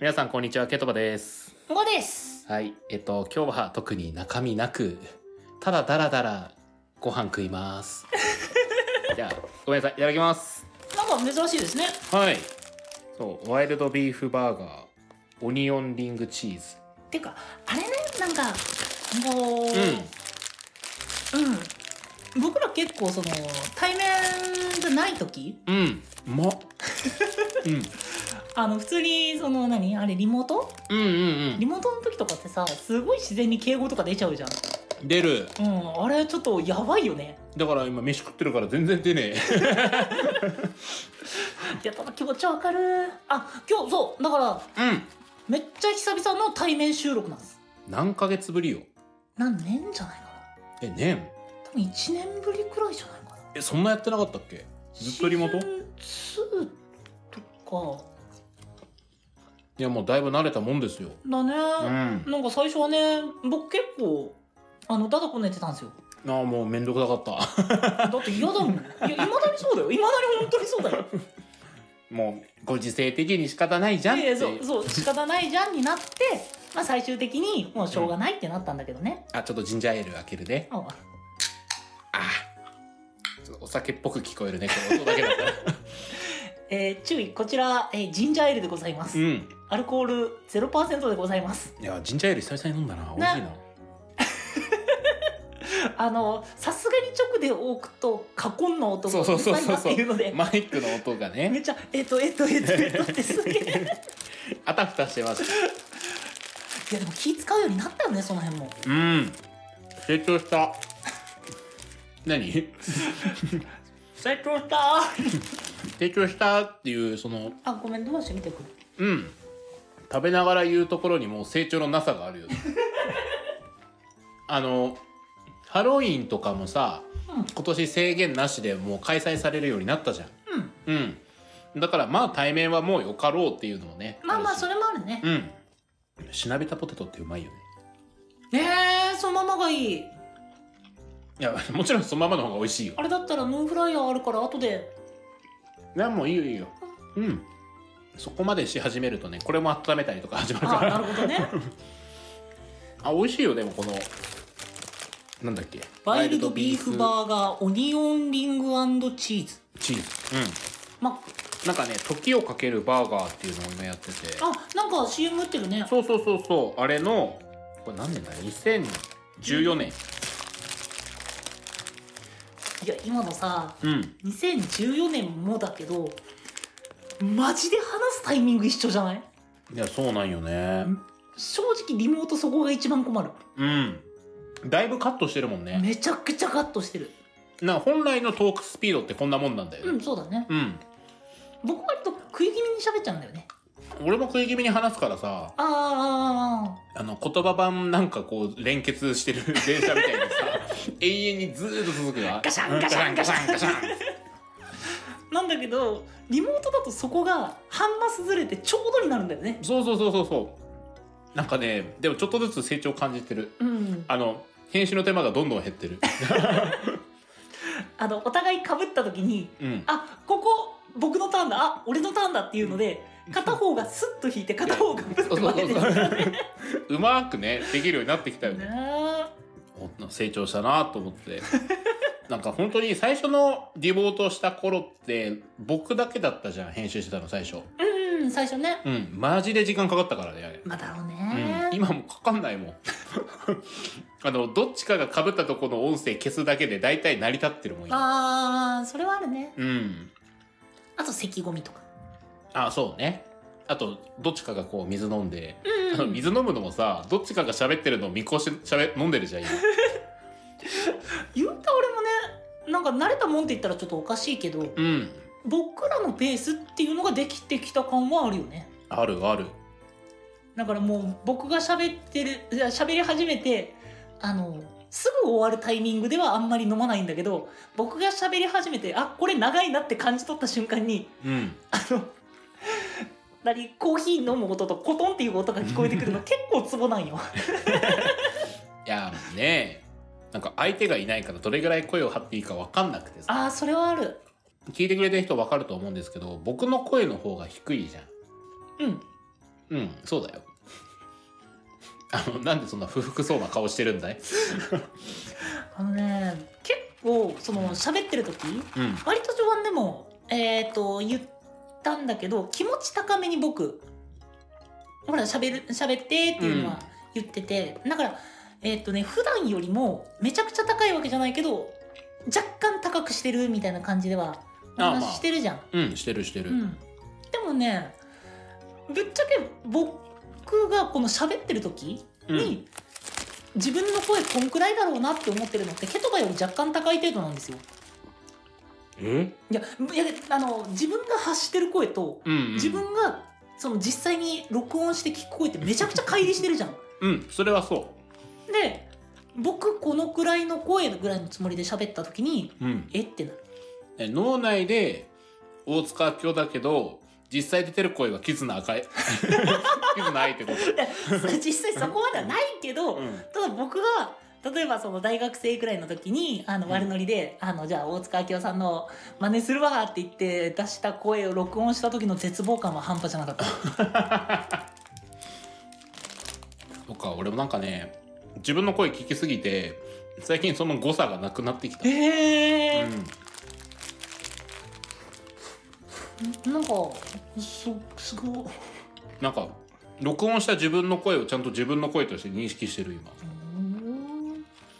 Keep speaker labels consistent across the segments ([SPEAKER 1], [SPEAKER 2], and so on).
[SPEAKER 1] 皆さんこんにちはケトバです
[SPEAKER 2] もです。
[SPEAKER 1] はいえっと今日は特に中身なくただダラダラご飯食います じゃあごめんなさいいただきます
[SPEAKER 2] なんか珍しいですね。
[SPEAKER 1] はいそうワイルドビーフバーガーオニオンリングチーズ
[SPEAKER 2] てか、あれね、なんか、もう、うん
[SPEAKER 1] う
[SPEAKER 2] 僕ら結構その、対面じゃない時
[SPEAKER 1] んうんうま っうん
[SPEAKER 2] あの、普通に、その、何あれ、リモート
[SPEAKER 1] うんうん
[SPEAKER 2] リモートの時とかってさ、すごい自然に敬語とか出ちゃうじゃん。
[SPEAKER 1] うん出る
[SPEAKER 2] うん、あれちょっとやばいよね。
[SPEAKER 1] だから今飯食ってるから全然出ねえ
[SPEAKER 2] いや、ただ気持ちわかる。あ、今日、そう、だから、
[SPEAKER 1] う
[SPEAKER 2] めっちゃ久々の対面収録なんです。
[SPEAKER 1] ん何ヶ月ぶりよ
[SPEAKER 2] 何年じゃないかな。
[SPEAKER 1] え年
[SPEAKER 2] 多分1年ぶりくらいじゃないかな。
[SPEAKER 1] えそんなやってなかったっけずっとリモート
[SPEAKER 2] シーズン2とか
[SPEAKER 1] いやもうだいぶ慣れたもんですよ
[SPEAKER 2] だ
[SPEAKER 1] う
[SPEAKER 2] ね、
[SPEAKER 1] ん
[SPEAKER 2] なんか最初はね僕結構あのだだこねてたんですよ
[SPEAKER 1] ああもうめんどくさかった
[SPEAKER 2] だって嫌だ もんいやいまだにそうだよいまだに本当にそうだよ
[SPEAKER 1] もうご時世的に仕方ないじゃんっ
[SPEAKER 2] い
[SPEAKER 1] て
[SPEAKER 2] やいやそうそう仕方ないじゃんになってまあ最終的にもうしょうがないってなったんだけどね、
[SPEAKER 1] あちょっとジンジャーエール開けるね
[SPEAKER 2] あ
[SPEAKER 1] ちょっとお酒っぽく聞こえるねこの音だけだから
[SPEAKER 2] えー注意こちら、えージンジャーエールでござい ます、
[SPEAKER 1] うん
[SPEAKER 2] アルコール0%でございます
[SPEAKER 1] いやジンジャーエール久々に飲んだな美味しいな
[SPEAKER 2] あのさすがに直で置くと過婚の音が
[SPEAKER 1] そうそうそうそう
[SPEAKER 2] っていうので
[SPEAKER 1] マイクの音が
[SPEAKER 2] めっ
[SPEAKER 1] ね
[SPEAKER 2] ちゃえっとえっとえっとえっとってすげえ
[SPEAKER 1] あたふたしてます
[SPEAKER 2] いやでも気使うようになったよねその辺も
[SPEAKER 1] うん成長した 何
[SPEAKER 2] 成長した
[SPEAKER 1] 提供したっていうその
[SPEAKER 2] あごめんどうして見てくる
[SPEAKER 1] うん食べながら言うところにもう成長のなさがあるよねあのハロウィンとかもさ
[SPEAKER 2] うん
[SPEAKER 1] 今年制限なしでもう開催されるようになったじゃん
[SPEAKER 2] うん
[SPEAKER 1] うんだからまあ対面はもうよかろうっていうのをね
[SPEAKER 2] まあまあ
[SPEAKER 1] るし
[SPEAKER 2] それもあるね
[SPEAKER 1] うんしなびたポテトってうまいよね
[SPEAKER 2] えー、そのままがいい
[SPEAKER 1] いやもちろんそのままの方が美味しいよ
[SPEAKER 2] あれだったらムーンフライヤーあるから後で
[SPEAKER 1] いやもういいよいいようんそこまでし始めるとねこれも温めたりとか始まるか
[SPEAKER 2] あ
[SPEAKER 1] ら
[SPEAKER 2] なるほどね
[SPEAKER 1] あ美味しいよでもこのなんだっけ
[SPEAKER 2] ワイルドビーフ
[SPEAKER 1] ー
[SPEAKER 2] バーガーオニオンリングチーズ
[SPEAKER 1] チーズう
[SPEAKER 2] ま
[SPEAKER 1] んなんかね時をかけるバーガーっていうのを今やってて
[SPEAKER 2] あなんか CM 打ってるね
[SPEAKER 1] そうそうそうそうあれのこれ何年だ2014年
[SPEAKER 2] いや今のさ
[SPEAKER 1] うん
[SPEAKER 2] 2014年もだけどマジで話すタイミング一緒じゃない
[SPEAKER 1] いやそうなんよね
[SPEAKER 2] 正直リモートそこが一番困る
[SPEAKER 1] うんだいぶカットしてるもんね
[SPEAKER 2] めちゃくちゃカットしてる
[SPEAKER 1] なんか本来のトークスピードってこんなもんなんだよ
[SPEAKER 2] う
[SPEAKER 1] ね
[SPEAKER 2] んそうだね
[SPEAKER 1] うん、
[SPEAKER 2] 僕割と食い気味に喋っちゃうんだよね
[SPEAKER 1] 俺も食い気味に話すからさ
[SPEAKER 2] ああ
[SPEAKER 1] あの言葉版なんかこう連結してる 電車みたいにさ永遠にずーっと続くわ
[SPEAKER 2] ガシャンガシャンガシャン
[SPEAKER 1] ガシャンガシャン
[SPEAKER 2] なんだけどリモートだとそこが半マスずれてちょうどになるんだよね
[SPEAKER 1] そうそうそうそうそうなんかねでもちょっとずつ成長感じてる
[SPEAKER 2] うん
[SPEAKER 1] あの編集の手間がどんどん減って る
[SPEAKER 2] あのお互いかぶった時に
[SPEAKER 1] うん
[SPEAKER 2] あここ僕のターンだあ俺のターンだっていうので片方がスッと引いて片方がブッと前で
[SPEAKER 1] そうそう
[SPEAKER 2] ね
[SPEAKER 1] うまくねできるようになってきたよね
[SPEAKER 2] え
[SPEAKER 1] お成長したなと思って なんか本当に最初のリモートした頃って僕だけだったじゃん編集してたの最初
[SPEAKER 2] うん最初ね
[SPEAKER 1] うんマジで時間かかったからねあれ
[SPEAKER 2] まあだろう
[SPEAKER 1] うん、
[SPEAKER 2] ね、
[SPEAKER 1] 今もかかんないもん あのどっちかが被ったとこの音声消すだけで大体成り立ってるもん今
[SPEAKER 2] ああそれはあるね
[SPEAKER 1] うん
[SPEAKER 2] あと咳込みとか
[SPEAKER 1] あそうねあとどっちかがこう水飲んで、あの
[SPEAKER 2] う
[SPEAKER 1] 水飲むのもさどっちかが喋ってるのを見越して喋飲んでるじゃん今
[SPEAKER 2] 言った俺もねなんか慣れたもんって言ったらちょっとおかしいけど、
[SPEAKER 1] うん
[SPEAKER 2] 僕らのペースっていうのができてきた感はあるよね
[SPEAKER 1] あるある
[SPEAKER 2] だからもう僕が喋ってるいや喋り始めてあのすぐ終わるタイミングではあんまり飲まないんだけど僕が喋り始めてあこれ長いなって感じ取った瞬間に
[SPEAKER 1] うん
[SPEAKER 2] なりコーヒー飲む音とコトンっていう音が聞こえてくる の結構ツボなんよ
[SPEAKER 1] いやねなんか相手がいないからどれぐらい声を張っていいか分かんなくてさ
[SPEAKER 2] ああそれはある
[SPEAKER 1] 聞いてくれてる人分かると思うんですけど僕の声の方が低いじゃん
[SPEAKER 2] うん
[SPEAKER 1] うん、そうだよ。あの、なんでそんな不服そうな顔してるんだい
[SPEAKER 2] あのね結構その喋ってる時
[SPEAKER 1] うん。
[SPEAKER 2] 割と序盤でもえっ、と言ったんだけど気持ち高めに僕ほら喋る喋ってっていうのは言ってて、だからえっ、とね普段よりもめちゃくちゃ高いわけじゃないけど若干高くしてるみたいな感じではお
[SPEAKER 1] ああまあ
[SPEAKER 2] 話ししてるじゃん。
[SPEAKER 1] うん、してるしてる。
[SPEAKER 2] うん、でもねぶっちゃけ僕がこの喋ってる時
[SPEAKER 1] うん。
[SPEAKER 2] に、自分の声こんくらいだろうなって思ってるのってケトバより若干高い程度なんですよ。
[SPEAKER 1] え
[SPEAKER 2] いやいやあの自分が発してる声と
[SPEAKER 1] うん、うん。
[SPEAKER 2] 自分がその実際に録音して聞く声ってめちゃくちゃ乖離してるじゃん。
[SPEAKER 1] うん、それはそ
[SPEAKER 2] で僕このくらいの声ぐらいのつもりで喋った時に
[SPEAKER 1] う。うん。
[SPEAKER 2] えってなる。
[SPEAKER 1] え脳内で大塚明夫だけど実際出てる声はキズナ赤い キズナ愛ってこ
[SPEAKER 2] いや 実際そこまではないけど、
[SPEAKER 1] と、うん、
[SPEAKER 2] ただ僕が例えばその大学生くらいの時にあ
[SPEAKER 1] う
[SPEAKER 2] の
[SPEAKER 1] ん
[SPEAKER 2] 悪ノリで、あのじゃあ大塚明夫さんの真似するわって言って出した声を録音した時の絶望感は半端じゃなかった
[SPEAKER 1] そっか俺もなんかね自分の声聞きすぎて最近その誤差がなくなってきた、
[SPEAKER 2] へ
[SPEAKER 1] うん、
[SPEAKER 2] なんかそすごい
[SPEAKER 1] なんか録音した自分の声をちゃんと自分の声として認識してる今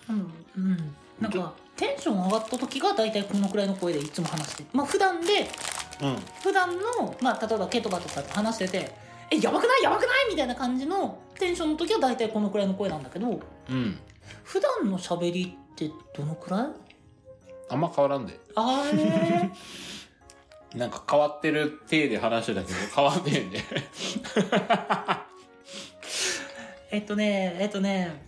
[SPEAKER 2] うんうんなんかテンション上がった時が大体このくらいの声でいつも話してまあ普段で
[SPEAKER 1] うん
[SPEAKER 2] 普段のまあ例えばケトバとかと話してて「えやばくないやばくない!」みたいな感じのテンションの時は大体このくらいの声なんだけど
[SPEAKER 1] うん
[SPEAKER 2] 普段の喋りってどのくらい
[SPEAKER 1] あんま変わらんで
[SPEAKER 2] あれ
[SPEAKER 1] なんか変わってる体で話してたけど変わってんで
[SPEAKER 2] えっとねえっと ね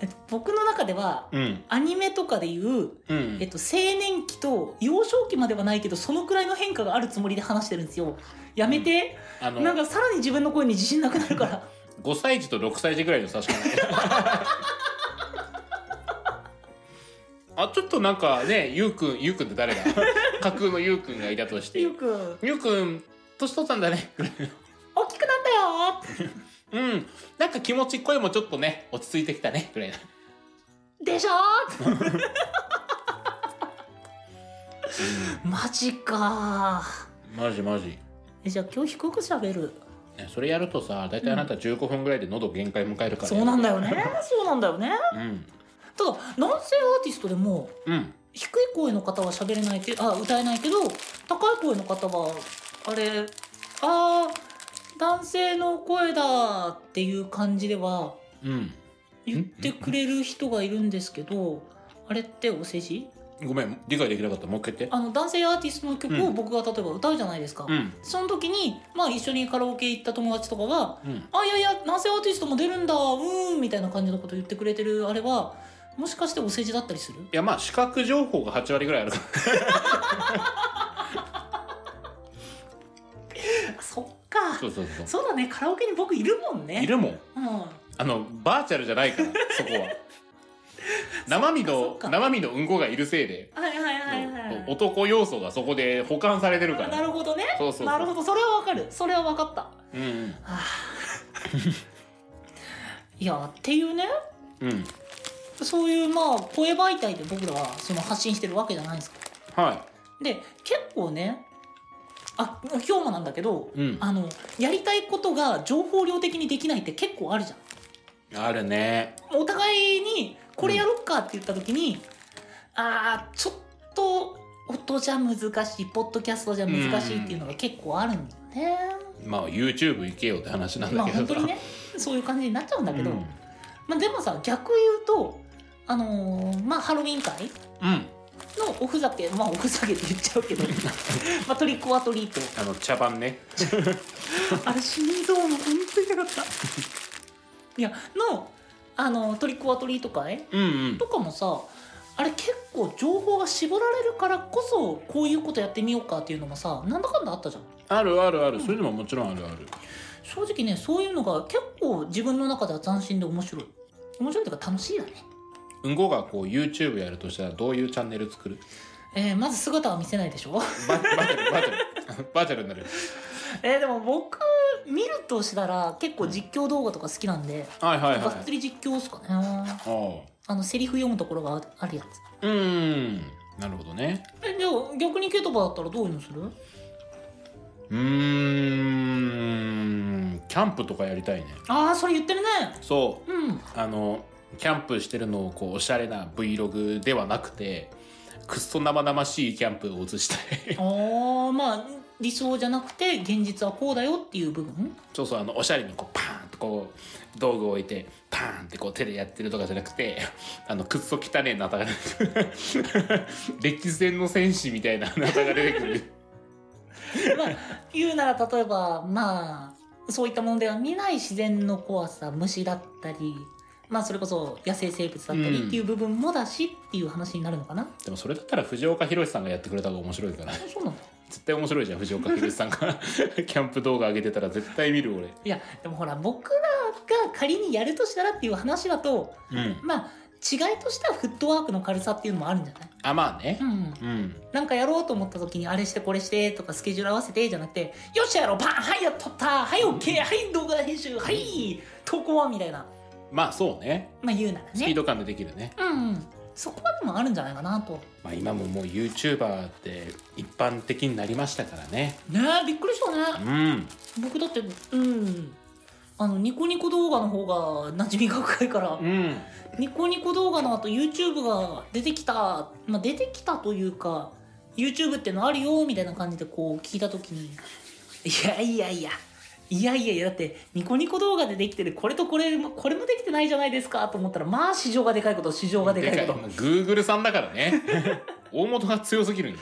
[SPEAKER 2] えっと僕の中では
[SPEAKER 1] うん
[SPEAKER 2] アニメとかでいう、
[SPEAKER 1] う
[SPEAKER 2] えっ
[SPEAKER 1] ん
[SPEAKER 2] と、青年期と幼少期まではないけどそのくらいの変化があるつもりで話してるんですよやめて、
[SPEAKER 1] あの
[SPEAKER 2] なんかさらに自分の声に自信なくなるから
[SPEAKER 1] 5歳児と6歳児ぐらいの差しか ないあちょっとなんかねゆうくんゆうくんって誰だ架空のゆうくんがいたとして
[SPEAKER 2] ゆうくん大
[SPEAKER 1] ゆうくん年取ったんだね
[SPEAKER 2] きくなったよ
[SPEAKER 1] うんなんか気持ち声もちょっとね落ち着いてきたねぐらいな
[SPEAKER 2] でしょマジか
[SPEAKER 1] マジマジ
[SPEAKER 2] えじゃあ今日低く喋る
[SPEAKER 1] ねそれやるとさ大体あなた15分ぐらいで喉限界迎えるから、
[SPEAKER 2] そうなんだよ ねそうなんだよね
[SPEAKER 1] うん
[SPEAKER 2] ただ男性アーティストでも
[SPEAKER 1] うん
[SPEAKER 2] 低い声の方は喋れないけあ歌えないけど高い声の方はあれあー男性の声だっていう感じでは
[SPEAKER 1] うん
[SPEAKER 2] 言ってくれる人がいるんですけどあれってお世辞
[SPEAKER 1] ごめん理解できなかったもう一回言って
[SPEAKER 2] あの男性アーティストの曲
[SPEAKER 1] う
[SPEAKER 2] を
[SPEAKER 1] ん
[SPEAKER 2] 僕が例えば歌うじゃないですか、
[SPEAKER 1] うん
[SPEAKER 2] その時にまあ一緒にカラオケ行った友達とかが
[SPEAKER 1] うん
[SPEAKER 2] あいやいや男性アーティストも出るんだうーんみたいな感じのこと言ってくれてるあれはもしかしてお世辞だったりする
[SPEAKER 1] いやまあ視覚情報が8割ぐらいあるから
[SPEAKER 2] そっか
[SPEAKER 1] そうそうそう
[SPEAKER 2] そうだねカラオケに僕いるもんね
[SPEAKER 1] いるもん
[SPEAKER 2] うん
[SPEAKER 1] あの、バーチャルじゃないから、 そこは。生身
[SPEAKER 2] そ
[SPEAKER 1] の
[SPEAKER 2] っ、か
[SPEAKER 1] 生身のうんこがいるせいで、
[SPEAKER 2] はいはいはいはい
[SPEAKER 1] 男要素がそこで保管されてるか
[SPEAKER 2] あな
[SPEAKER 1] ら。
[SPEAKER 2] るほどね
[SPEAKER 1] そうそうそう
[SPEAKER 2] なるほどそれはわかるそれはわかった、は
[SPEAKER 1] うん
[SPEAKER 2] あ、いやっていうね
[SPEAKER 1] うん。うん。
[SPEAKER 2] そういうまあ声媒体で僕らはその発信してるわけじゃないですか
[SPEAKER 1] は
[SPEAKER 2] で結構ねあ今日もなんだけど
[SPEAKER 1] い。うん。
[SPEAKER 2] あのやりたいことが情報量的にできないって結構あるじゃん
[SPEAKER 1] あるね。
[SPEAKER 2] お互いにこれやろっかって言った時に、あーちょっと音じゃ難しいポッドキャストじゃ難しいっていうのが結構あるんだよね。
[SPEAKER 1] まあ、YouTube 行けよって話なん
[SPEAKER 2] ま
[SPEAKER 1] だ
[SPEAKER 2] あ
[SPEAKER 1] けど
[SPEAKER 2] 本当に
[SPEAKER 1] さ。
[SPEAKER 2] ねそういう感じになっちゃうんだけど、
[SPEAKER 1] うん
[SPEAKER 2] まあ、でもさ逆言うとあのーまあハロウィン会
[SPEAKER 1] うん。
[SPEAKER 2] のおふざけまあおふざけって言っちゃうけどまあトリコはトリート
[SPEAKER 1] あの、茶番ね。
[SPEAKER 2] あれ心臓も本当に痛かった。いやのあのトリコはトリート会
[SPEAKER 1] うんうん。
[SPEAKER 2] とかもさあれ結構情報が絞られるからこそこういうことやってみようかっていうのもさなんだかんだあったじゃん
[SPEAKER 1] あるあるある。そういうのももちろんあるある。
[SPEAKER 2] 正直ねそういうのが結構自分の中では斬新で面白い面白いというか楽しいよね、
[SPEAKER 1] うんこがこう YouTube やるとしたらどういうチャンネル作る
[SPEAKER 2] えーまず姿は見せないでしょ
[SPEAKER 1] ババーチャル、バーチャル。バーチャルになる。
[SPEAKER 2] えーでも僕見るとしたら結構実況動画とか好きなんで、
[SPEAKER 1] はいはいは
[SPEAKER 2] が
[SPEAKER 1] い
[SPEAKER 2] っつり実況っすかね
[SPEAKER 1] ああ
[SPEAKER 2] あのセリフ読むところがああるやつ
[SPEAKER 1] うーんなるほどね
[SPEAKER 2] えじゃあ逆にケトバだったらどういうのする
[SPEAKER 1] うーんキャンプとかやりたいね
[SPEAKER 2] ああそれ言ってるね
[SPEAKER 1] そう
[SPEAKER 2] うん
[SPEAKER 1] あのキャンプしてるのをこうおしゃれな Vlog ではなくてくっそ生々しいキャンプを映したい
[SPEAKER 2] ああまあ理想じゃなくて現実はこうだよっていう部 分
[SPEAKER 1] そうそうあのおしゃれにこうパーンとこう道具を置いてパーンってこう手でやってるとかじゃなくてあのくっそ汚ねえなたが 歴戦の戦士みたいななたが出てくる
[SPEAKER 2] まあ言うなら例えばまあそういったものでは見ない自然の怖さ虫だったりまあそれこそ野生生物だったりっていう部分もだしっていう話になるのかな、
[SPEAKER 1] でもそれだったら藤岡弘、さんがやってくれた方が面白いから
[SPEAKER 2] あそうなんだ
[SPEAKER 1] 絶対面白いじゃん藤岡弘、 さんがキャンプ動画上げてたら絶対見る俺
[SPEAKER 2] いやでもほら僕らが仮にやるとしたらっていう話だと
[SPEAKER 1] うん
[SPEAKER 2] まあ違いとしてはフットワークの軽さっていうのもあるんじゃない
[SPEAKER 1] あまあね
[SPEAKER 2] うん、
[SPEAKER 1] うん
[SPEAKER 2] なんかやろうと思った時にあれしてこれしてとかスケジュール合わせてじゃなくてよっしゃやろうパンはいやっとったはい OK はい動画編集はい投稿はみたいな
[SPEAKER 1] まあそうね
[SPEAKER 2] まあ言うならね
[SPEAKER 1] スピード感でできるね
[SPEAKER 2] うんうんそこはでもあるんじゃないかなと
[SPEAKER 1] まあ、今ももう YouTuber って一般的になりましたからね
[SPEAKER 2] ねえびっくりした
[SPEAKER 1] う
[SPEAKER 2] ね
[SPEAKER 1] ん
[SPEAKER 2] 僕だってうんあのニコニコ動画の方が馴染みが深いから
[SPEAKER 1] うん
[SPEAKER 2] ニコニコ動画の後 YouTube が出てきた、まあ、出てきたというか YouTube ってのあるよみたいな感じでこう聞いた時にいやいやいやいやいやいやだってニコニコ動画でできてるこれとこれもこれもできてないじゃないですかと思ったらまあ市場がでかいこと市場がでかいこと
[SPEAKER 1] Google さんだからね 大元が強すぎるんよ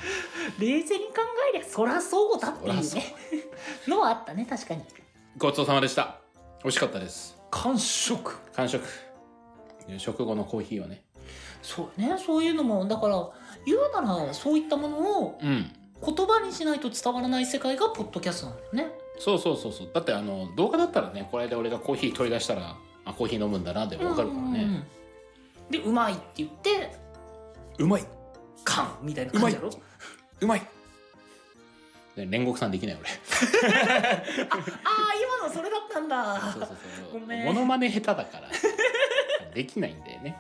[SPEAKER 2] 冷静に考えりゃそらそうだっていうね
[SPEAKER 1] そら
[SPEAKER 2] のはあったね確かに
[SPEAKER 1] ごちそうさまでした美味しかったです
[SPEAKER 2] 完食
[SPEAKER 1] 完食食後のコーヒーはね
[SPEAKER 2] そうねそういうのもだから言うならそういったものを
[SPEAKER 1] うん
[SPEAKER 2] 言葉にしないと伝わらない世界がポッドキャストなんだよね
[SPEAKER 1] そうそうそうそうだってあの動画だったらねこの間俺がコーヒー取り出したらあコーヒー飲むんだなでわかるから
[SPEAKER 2] うんうんう
[SPEAKER 1] ね
[SPEAKER 2] んでうまいって言って
[SPEAKER 1] うまい
[SPEAKER 2] 缶みたいな感じだろ
[SPEAKER 1] うまいで煉獄さんできない俺
[SPEAKER 2] ああ今のそれだったんだ
[SPEAKER 1] そうそうそう
[SPEAKER 2] ごめん
[SPEAKER 1] モノマネ下手だから できないんだよね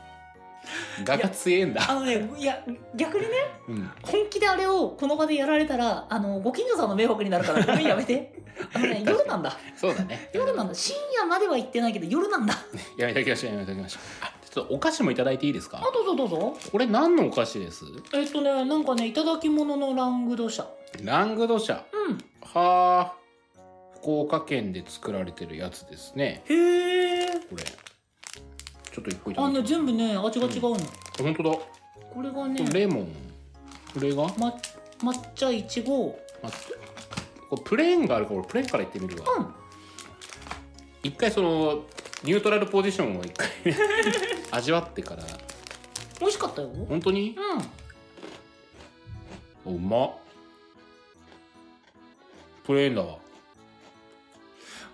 [SPEAKER 1] 画が強えんだ
[SPEAKER 2] あのねいや逆にね
[SPEAKER 1] うん
[SPEAKER 2] 本気であれをこの場でやられたらあのご近所さんの迷惑になるからごめんやめて あのね夜なんだ
[SPEAKER 1] そうだね
[SPEAKER 2] 夜なんだ深夜までは行ってないけど夜なんだ
[SPEAKER 1] やめときましょうやめときましょうあちょっとお菓子もいただいていいです
[SPEAKER 2] あ
[SPEAKER 1] か
[SPEAKER 2] どうぞどうぞ
[SPEAKER 1] これ何のお菓子です
[SPEAKER 2] えっとねなんかねいただき物のラングドシャ
[SPEAKER 1] ラングドシャ
[SPEAKER 2] うん
[SPEAKER 1] はあ福岡県で作られてるやつですね
[SPEAKER 2] へえ
[SPEAKER 1] これちょっと一個いた
[SPEAKER 2] あ
[SPEAKER 1] だ
[SPEAKER 2] の
[SPEAKER 1] い
[SPEAKER 2] ね
[SPEAKER 1] て
[SPEAKER 2] 全部ね味が違うの、
[SPEAKER 1] 本当だ
[SPEAKER 2] これがね
[SPEAKER 1] レモンこれが、
[SPEAKER 2] ま、抹茶いちご
[SPEAKER 1] ま、これプレーンがあるから俺プレーンからいってみるわ
[SPEAKER 2] うん
[SPEAKER 1] 一回そのニュートラルポジションを一回 味わってから
[SPEAKER 2] 美味しかったようん
[SPEAKER 1] 本当におうまっプレーンだわ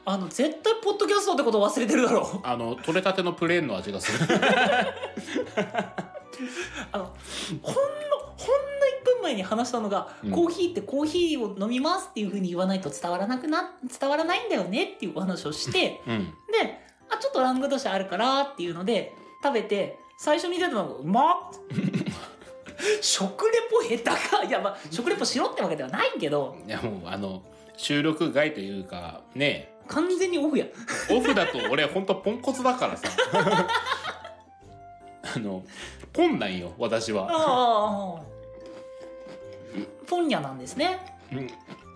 [SPEAKER 2] あの絶対ポッドキャストってこと忘れてるだろ
[SPEAKER 1] あの取れたてのプレーンの味がす る
[SPEAKER 2] あのほんのほんの1分前に話したのが、
[SPEAKER 1] うん
[SPEAKER 2] コーヒーってコーヒーを飲みますっていうふうに言わないと伝わらなくな伝わらないんだよねっていうお話をして
[SPEAKER 1] うん
[SPEAKER 2] であちょっとラングドシャあるからっていうので食べて最初に出たのが「うまっ! 」食レポ下手かいやまあ食レポしろってわけではないけど
[SPEAKER 1] いやもうあの収録外というかね
[SPEAKER 2] 完全にオフや
[SPEAKER 1] オフだと俺ほんとポンコツだから さあのポンなんよ私は
[SPEAKER 2] ああポンニャなんですね
[SPEAKER 1] うん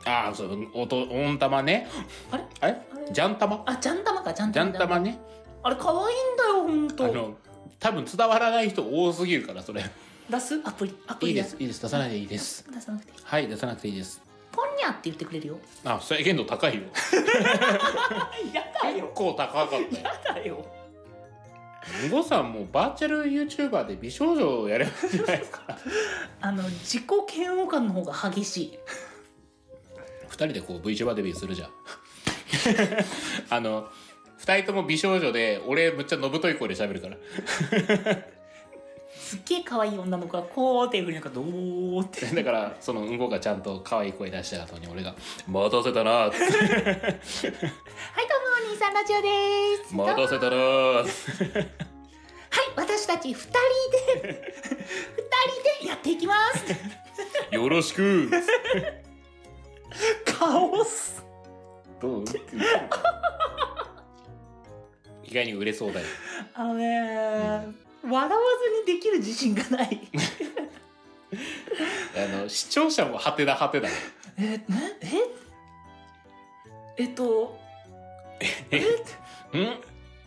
[SPEAKER 1] ああそう音音玉ね
[SPEAKER 2] あれ
[SPEAKER 1] あれジャン玉
[SPEAKER 2] あ、ジャン玉か、ジャン
[SPEAKER 1] ジャ
[SPEAKER 2] 玉。
[SPEAKER 1] ン玉ね
[SPEAKER 2] あれ、可愛いんだよ、ほん
[SPEAKER 1] あ
[SPEAKER 2] と。
[SPEAKER 1] の多分伝わらない人多すぎるからそれ
[SPEAKER 2] 出すアプリ、アプ
[SPEAKER 1] いいで
[SPEAKER 2] リ出
[SPEAKER 1] す
[SPEAKER 2] す。
[SPEAKER 1] いいです出さないでいいです
[SPEAKER 2] 出さなくていい。
[SPEAKER 1] はい出さなくていいです
[SPEAKER 2] ポンニャって言ってくれるよ。
[SPEAKER 1] あそれ限度高いよ
[SPEAKER 2] やだ
[SPEAKER 1] 結。構 高かったよ
[SPEAKER 2] やだよ。
[SPEAKER 1] みごさんもうバーチャル YouTuber で美少女をやればい いんじゃないですか
[SPEAKER 2] あの、自己嫌悪感の方が激しい。
[SPEAKER 1] 二人でこう VTuber デビューするじゃん あの二人とも美少女で俺むっちゃのぶとい声で喋るから
[SPEAKER 2] すっげえ可愛い女の子がこうっていうふうになんかどーって
[SPEAKER 1] だからそのうんこがちゃんと可愛い声出した後に俺が「待たせたな」って
[SPEAKER 3] はい、どうも、お兄さんラジオです。
[SPEAKER 1] 「待たせたな」って
[SPEAKER 3] はい、私たち二人で、二人でやっていきます。
[SPEAKER 1] 「よろしく」
[SPEAKER 2] カオス
[SPEAKER 1] どう意外に売れそうだよ
[SPEAKER 2] あのねー笑わずにできる自信がない
[SPEAKER 1] あの視聴者もハテナハテナ
[SPEAKER 2] ええええっとえ
[SPEAKER 1] うん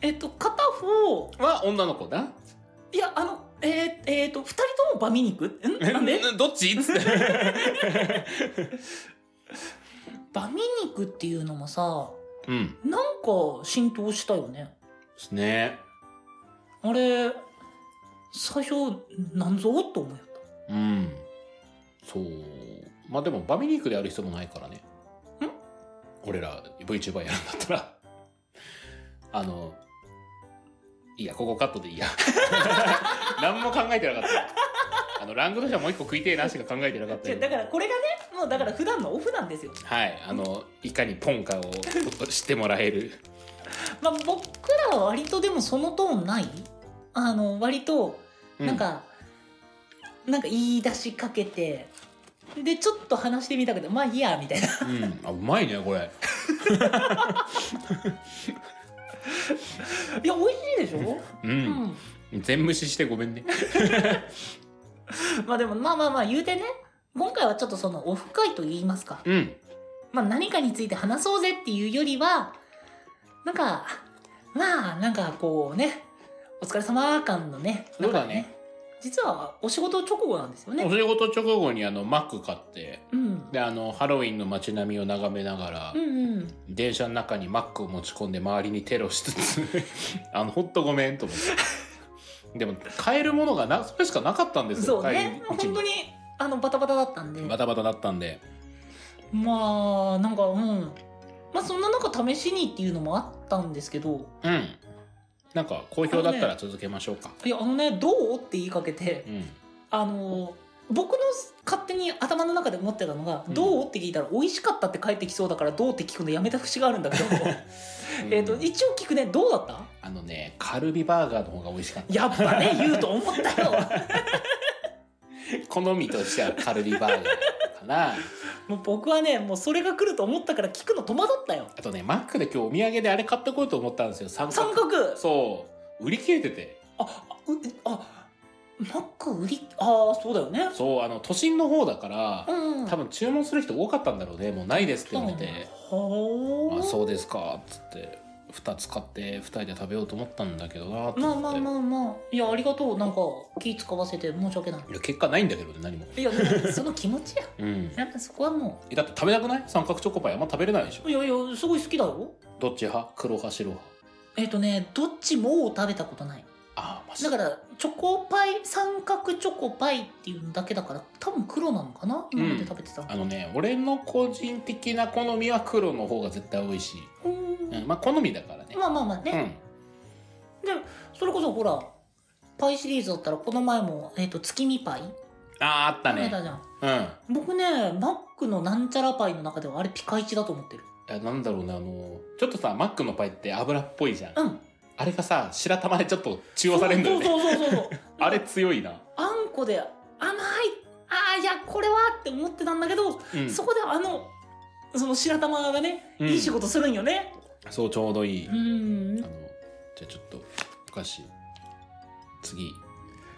[SPEAKER 2] えっと片方
[SPEAKER 1] は女の子だ
[SPEAKER 2] いやあのえー、えー、と二人ともバミ肉んなんで
[SPEAKER 1] どっちっつって
[SPEAKER 2] バミ肉っていうのもさ
[SPEAKER 1] うん
[SPEAKER 2] なんか浸透したよ
[SPEAKER 1] で
[SPEAKER 2] ね
[SPEAKER 1] すね
[SPEAKER 2] あれ最初なんぞと思うよ
[SPEAKER 1] うんそうまあでもバミリークである必要もないからね
[SPEAKER 2] ん
[SPEAKER 1] 俺ら VTuber やるんだったらあのいいやここカットで いいや何も考えてなかったあのラングドシャもう一個食いてえなしか考えてなかった
[SPEAKER 2] 違
[SPEAKER 1] よ
[SPEAKER 2] うだからこれがねもうだから普段のオフなんですよ
[SPEAKER 1] はい、あのいかにポンカを知ってもらえる。
[SPEAKER 2] まあ、僕らは割とでもそのトーンないあの割と
[SPEAKER 1] う
[SPEAKER 2] なん、か、なんか言い出しかけてでちょっと話してみたけどまあいいやみ たいな
[SPEAKER 1] うん、あうまいねこれ。
[SPEAKER 2] いや美味しいでしょ、
[SPEAKER 1] う、
[SPEAKER 2] うんん、
[SPEAKER 1] 全無視してごめんね。
[SPEAKER 2] まあでもまあまあまあ言うてね今回はちょっとそのオフ会と言いますか、
[SPEAKER 1] うん、
[SPEAKER 2] まあ、何かについて話そうぜっていうよりはなんかまあなんかこうねお疲れ様感のね
[SPEAKER 1] そうだね
[SPEAKER 2] なんか実はお仕事直後なんですよ
[SPEAKER 1] お
[SPEAKER 2] ね
[SPEAKER 1] 仕事直後にあのマック買って、
[SPEAKER 2] うん
[SPEAKER 1] であのハロウィンの街並みを眺めながら
[SPEAKER 2] う、んうん
[SPEAKER 1] 電車の中にマックを持ち込んで周りにテロしつつ、 あのほんとごめんと思って。でも買えるものがなそれしかなかったんです
[SPEAKER 2] そ
[SPEAKER 1] よ。
[SPEAKER 2] うね
[SPEAKER 1] 帰り道
[SPEAKER 2] 本当にあのバタバタだったんで
[SPEAKER 1] バタバタだったんで、
[SPEAKER 2] まあなんかうんまあそんな中試しにっていうのもあったんですけど
[SPEAKER 1] うん。なんか好評だったら続けましょうか。
[SPEAKER 2] いやあのね「どう?」って言いかけて
[SPEAKER 1] うん。
[SPEAKER 2] あの僕の勝手に頭の中で思ってたのが「
[SPEAKER 1] うん
[SPEAKER 2] どう?」って聞いたら「美味しかった」って返ってきそうだから「どう?」って聞くのやめた節があるん だけどえっと
[SPEAKER 1] うん
[SPEAKER 2] 一応聞くね「どうだった?」
[SPEAKER 1] あのねカルビバーガーの方が美味しかった。
[SPEAKER 2] やっぱね言うと思ったよ
[SPEAKER 1] 好みとしてはカルビバーガーかな
[SPEAKER 2] もう僕はねもうそれが来ると思ったから聞くの戸惑ったよ
[SPEAKER 1] あとねマックで今日お土産であれ買ってこようと思ったんですよ三角
[SPEAKER 2] 三角
[SPEAKER 1] そう売り切れてて
[SPEAKER 2] うあマック売りああそうだよね
[SPEAKER 1] そうあの都心の方だから
[SPEAKER 2] うん
[SPEAKER 1] 多分注文する人多かったんだろうねもうないですって言われて「
[SPEAKER 2] は
[SPEAKER 1] あ
[SPEAKER 2] あ
[SPEAKER 1] そうですか」っつって2つ買って2人で食べようと思ったんだけどなと
[SPEAKER 2] まあ
[SPEAKER 1] 思って、
[SPEAKER 2] まあまあまあいやありがとうなんか気使わせて申し訳ない
[SPEAKER 1] いや結果ないんだけどね何も
[SPEAKER 2] いやだからその気持ちや
[SPEAKER 1] うん
[SPEAKER 2] やっぱそこはも
[SPEAKER 1] えだって食べたくない三角チョコパイあんま食べれないでしょ
[SPEAKER 2] ういやいやすごい好きだよ
[SPEAKER 1] どっち派黒派白派
[SPEAKER 2] えっ、とねどっちも食べたことない
[SPEAKER 1] ああマジ
[SPEAKER 2] だからチョコパイ三角チョコパイっていうのだけだから多分黒なのかな今まで食べてたの
[SPEAKER 1] あのね俺の個人的な好みは黒の方が絶対美味しい、
[SPEAKER 2] うん
[SPEAKER 1] うん、まあ好みだからね
[SPEAKER 2] まあまあまあね、それこそほらパイシリーズだったらこの前も、えっと月見パイ
[SPEAKER 1] うん、ああーあった
[SPEAKER 2] 食べ
[SPEAKER 1] ね
[SPEAKER 2] たじゃん
[SPEAKER 1] うん
[SPEAKER 2] 僕ねマックのなんちゃらパイの中ではあれピカイチだと思ってる
[SPEAKER 1] あなんだろうねあのちょっとさマックのパイって油っぽいじゃん、
[SPEAKER 2] うん
[SPEAKER 1] あれがさ白玉でちょっと中和されるんだよね
[SPEAKER 2] そうそうそうそうそう
[SPEAKER 1] あれ強いな、
[SPEAKER 2] あんこで甘いあーいやこれはって思ってたんだけど、
[SPEAKER 1] うん、
[SPEAKER 2] そこであのその白玉がね、
[SPEAKER 1] うん
[SPEAKER 2] いい仕事するんよね
[SPEAKER 1] そうちょうどいい、
[SPEAKER 2] う
[SPEAKER 1] あ
[SPEAKER 2] ん
[SPEAKER 1] のじゃあちょっとお菓子次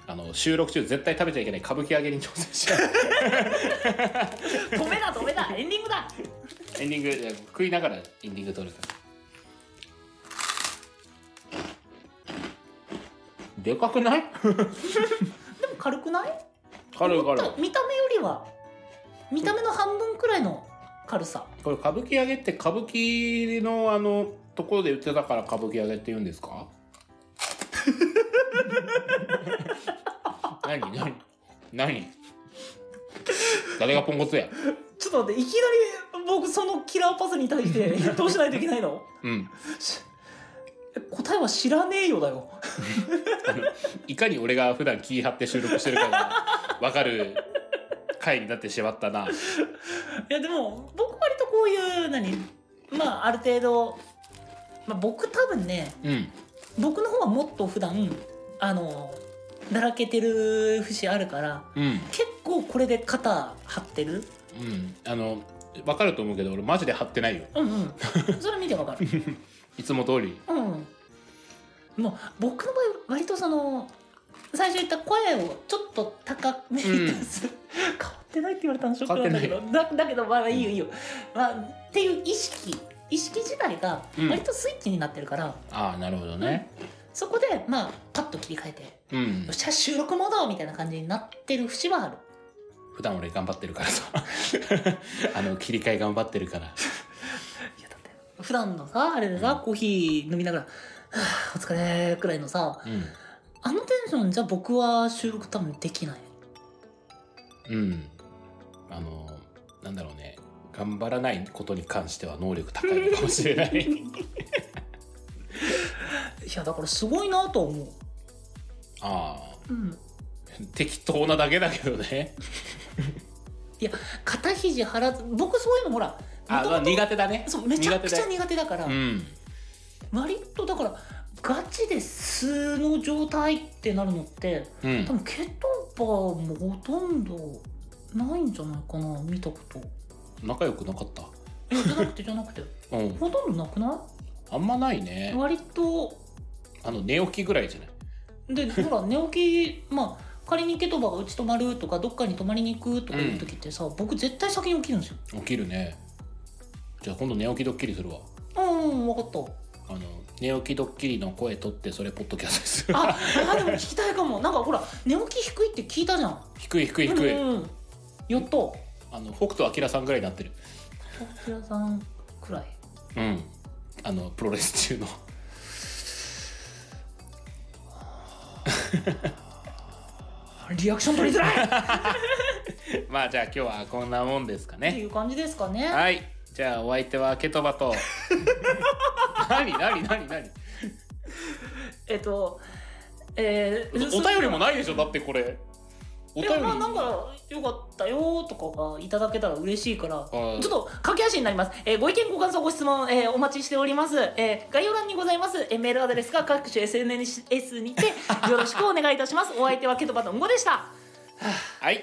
[SPEAKER 1] あの収録中絶対食べちゃいけない歌舞伎揚げに挑戦しよ
[SPEAKER 2] 止めだ止めだエンディングだ
[SPEAKER 1] うエンディングじゃあ食いながらエンディング撮るからでかくない
[SPEAKER 2] でも軽くない
[SPEAKER 1] 軽い
[SPEAKER 2] 思っ
[SPEAKER 1] 軽い
[SPEAKER 2] た見た目よりは見た目の半分くらいの軽さ
[SPEAKER 1] これ歌舞伎揚げって歌舞伎のあのところで売ってたから歌舞伎揚げって言うんですか 何何何誰がポンコツや
[SPEAKER 2] ちょっと待っていきな り僕そのキラーパスに対してどうしないといけないの
[SPEAKER 1] うん
[SPEAKER 2] え答えは知らねえよだよ。
[SPEAKER 1] いかに俺が普段気張って収録してるかが分かる回になってしまったな。
[SPEAKER 2] いやでも僕割とこういう何まあある程度、まあ、僕多分ね
[SPEAKER 1] うん。
[SPEAKER 2] 僕の方はもっと普段あのだらけてる節あるから
[SPEAKER 1] うん。
[SPEAKER 2] 結構これで肩張ってる
[SPEAKER 1] うん。あの、分かると思うけど、俺マジで張ってないよ。
[SPEAKER 2] うんうんそれ見てわかる
[SPEAKER 1] いつも通り。
[SPEAKER 2] うんもう僕の場合割とその最初言った声をちょっと高めに出す、変わってないって言われたのショックなんだけどだだけどまあいいよいいよ、まあ、っていう意識意識自体が
[SPEAKER 1] うん
[SPEAKER 2] 割とスイッチになってるから、
[SPEAKER 1] ああ、なるほどね。
[SPEAKER 2] そこでまあパッと切り替えて
[SPEAKER 1] うん
[SPEAKER 2] よっ。しゃ収録モードみたいな感じになってる節はある
[SPEAKER 1] 普段俺頑張ってるからさ。 あの、切り替え頑張ってるから。
[SPEAKER 2] いやだって普段のさあれでさ、コーヒー飲みながら「はあお疲れ」くらいのさ
[SPEAKER 1] うん。
[SPEAKER 2] あのテンションじゃ僕は収録多分できない
[SPEAKER 1] うん。あの、なんだろうね。頑張らないことに関しては能力高いのかもしれ ない。
[SPEAKER 2] いやだからすごいなとは思う、
[SPEAKER 1] ああ、
[SPEAKER 2] うん、
[SPEAKER 1] 適当なだけだけどね。
[SPEAKER 2] 肩肘張らず僕そういうのほら
[SPEAKER 1] あ、
[SPEAKER 2] 元
[SPEAKER 1] まあ、
[SPEAKER 2] 々
[SPEAKER 1] 苦手だね。
[SPEAKER 2] そうめちゃくちゃ
[SPEAKER 1] 苦
[SPEAKER 2] 苦手だから
[SPEAKER 1] 手だうん。
[SPEAKER 2] 割とだからガチで素の状態ってなるのって
[SPEAKER 1] うん
[SPEAKER 2] 多。分ケトバもほとんどないんじゃないかな見たこと
[SPEAKER 1] 仲良くなかった。
[SPEAKER 2] えじゃなくてじゃなくて
[SPEAKER 1] うん、
[SPEAKER 2] ほとんどなくない
[SPEAKER 1] あんまないね。
[SPEAKER 2] 割と
[SPEAKER 1] あの寝起きぐらいじゃない。
[SPEAKER 2] でほら寝起きまあ仮にケトバがうち泊まるとかどっかに泊まりに行くとかいう時ってさ、僕絶対先に起きるんですよ。
[SPEAKER 1] 起きるね。じゃあ今度寝起きドッキリするわ。
[SPEAKER 2] うん、分かった。
[SPEAKER 1] あの寝起きドッキリの声取ってそれポッドキャストです。
[SPEAKER 2] あ、あでも聞きたいかも。なんかほら寝起き低いって聞いたじゃん。
[SPEAKER 1] 低い低い低い。
[SPEAKER 2] うんうん、やった。お
[SPEAKER 1] あの北斗晶さんぐらいになってる。
[SPEAKER 2] きらさんくらい。
[SPEAKER 1] うん。あのプロレス中の。
[SPEAKER 2] リアクション取りづらい。っ
[SPEAKER 1] まあじゃあ今日はこんなもんですか
[SPEAKER 2] て
[SPEAKER 1] ね。
[SPEAKER 2] いう感じですかね。
[SPEAKER 1] はい。じゃあお相手はケトバ と。何何何何。
[SPEAKER 2] えっと、え
[SPEAKER 1] お
[SPEAKER 2] ー、
[SPEAKER 1] 便りもないでしょ。だってこれ。お
[SPEAKER 2] い
[SPEAKER 1] 便
[SPEAKER 2] や
[SPEAKER 1] り。
[SPEAKER 2] まあなんか良かったよとかがいただけたら嬉しいから、ちょ
[SPEAKER 1] い
[SPEAKER 2] っと駆け足になります。えーご意見ご感想ご質問、えーお待ちしております。えー概要欄にございます、えーメールアドレスが各種 SNS にてよろしくお願いいたします。お相手はケトバトンゴでした。
[SPEAKER 1] はい。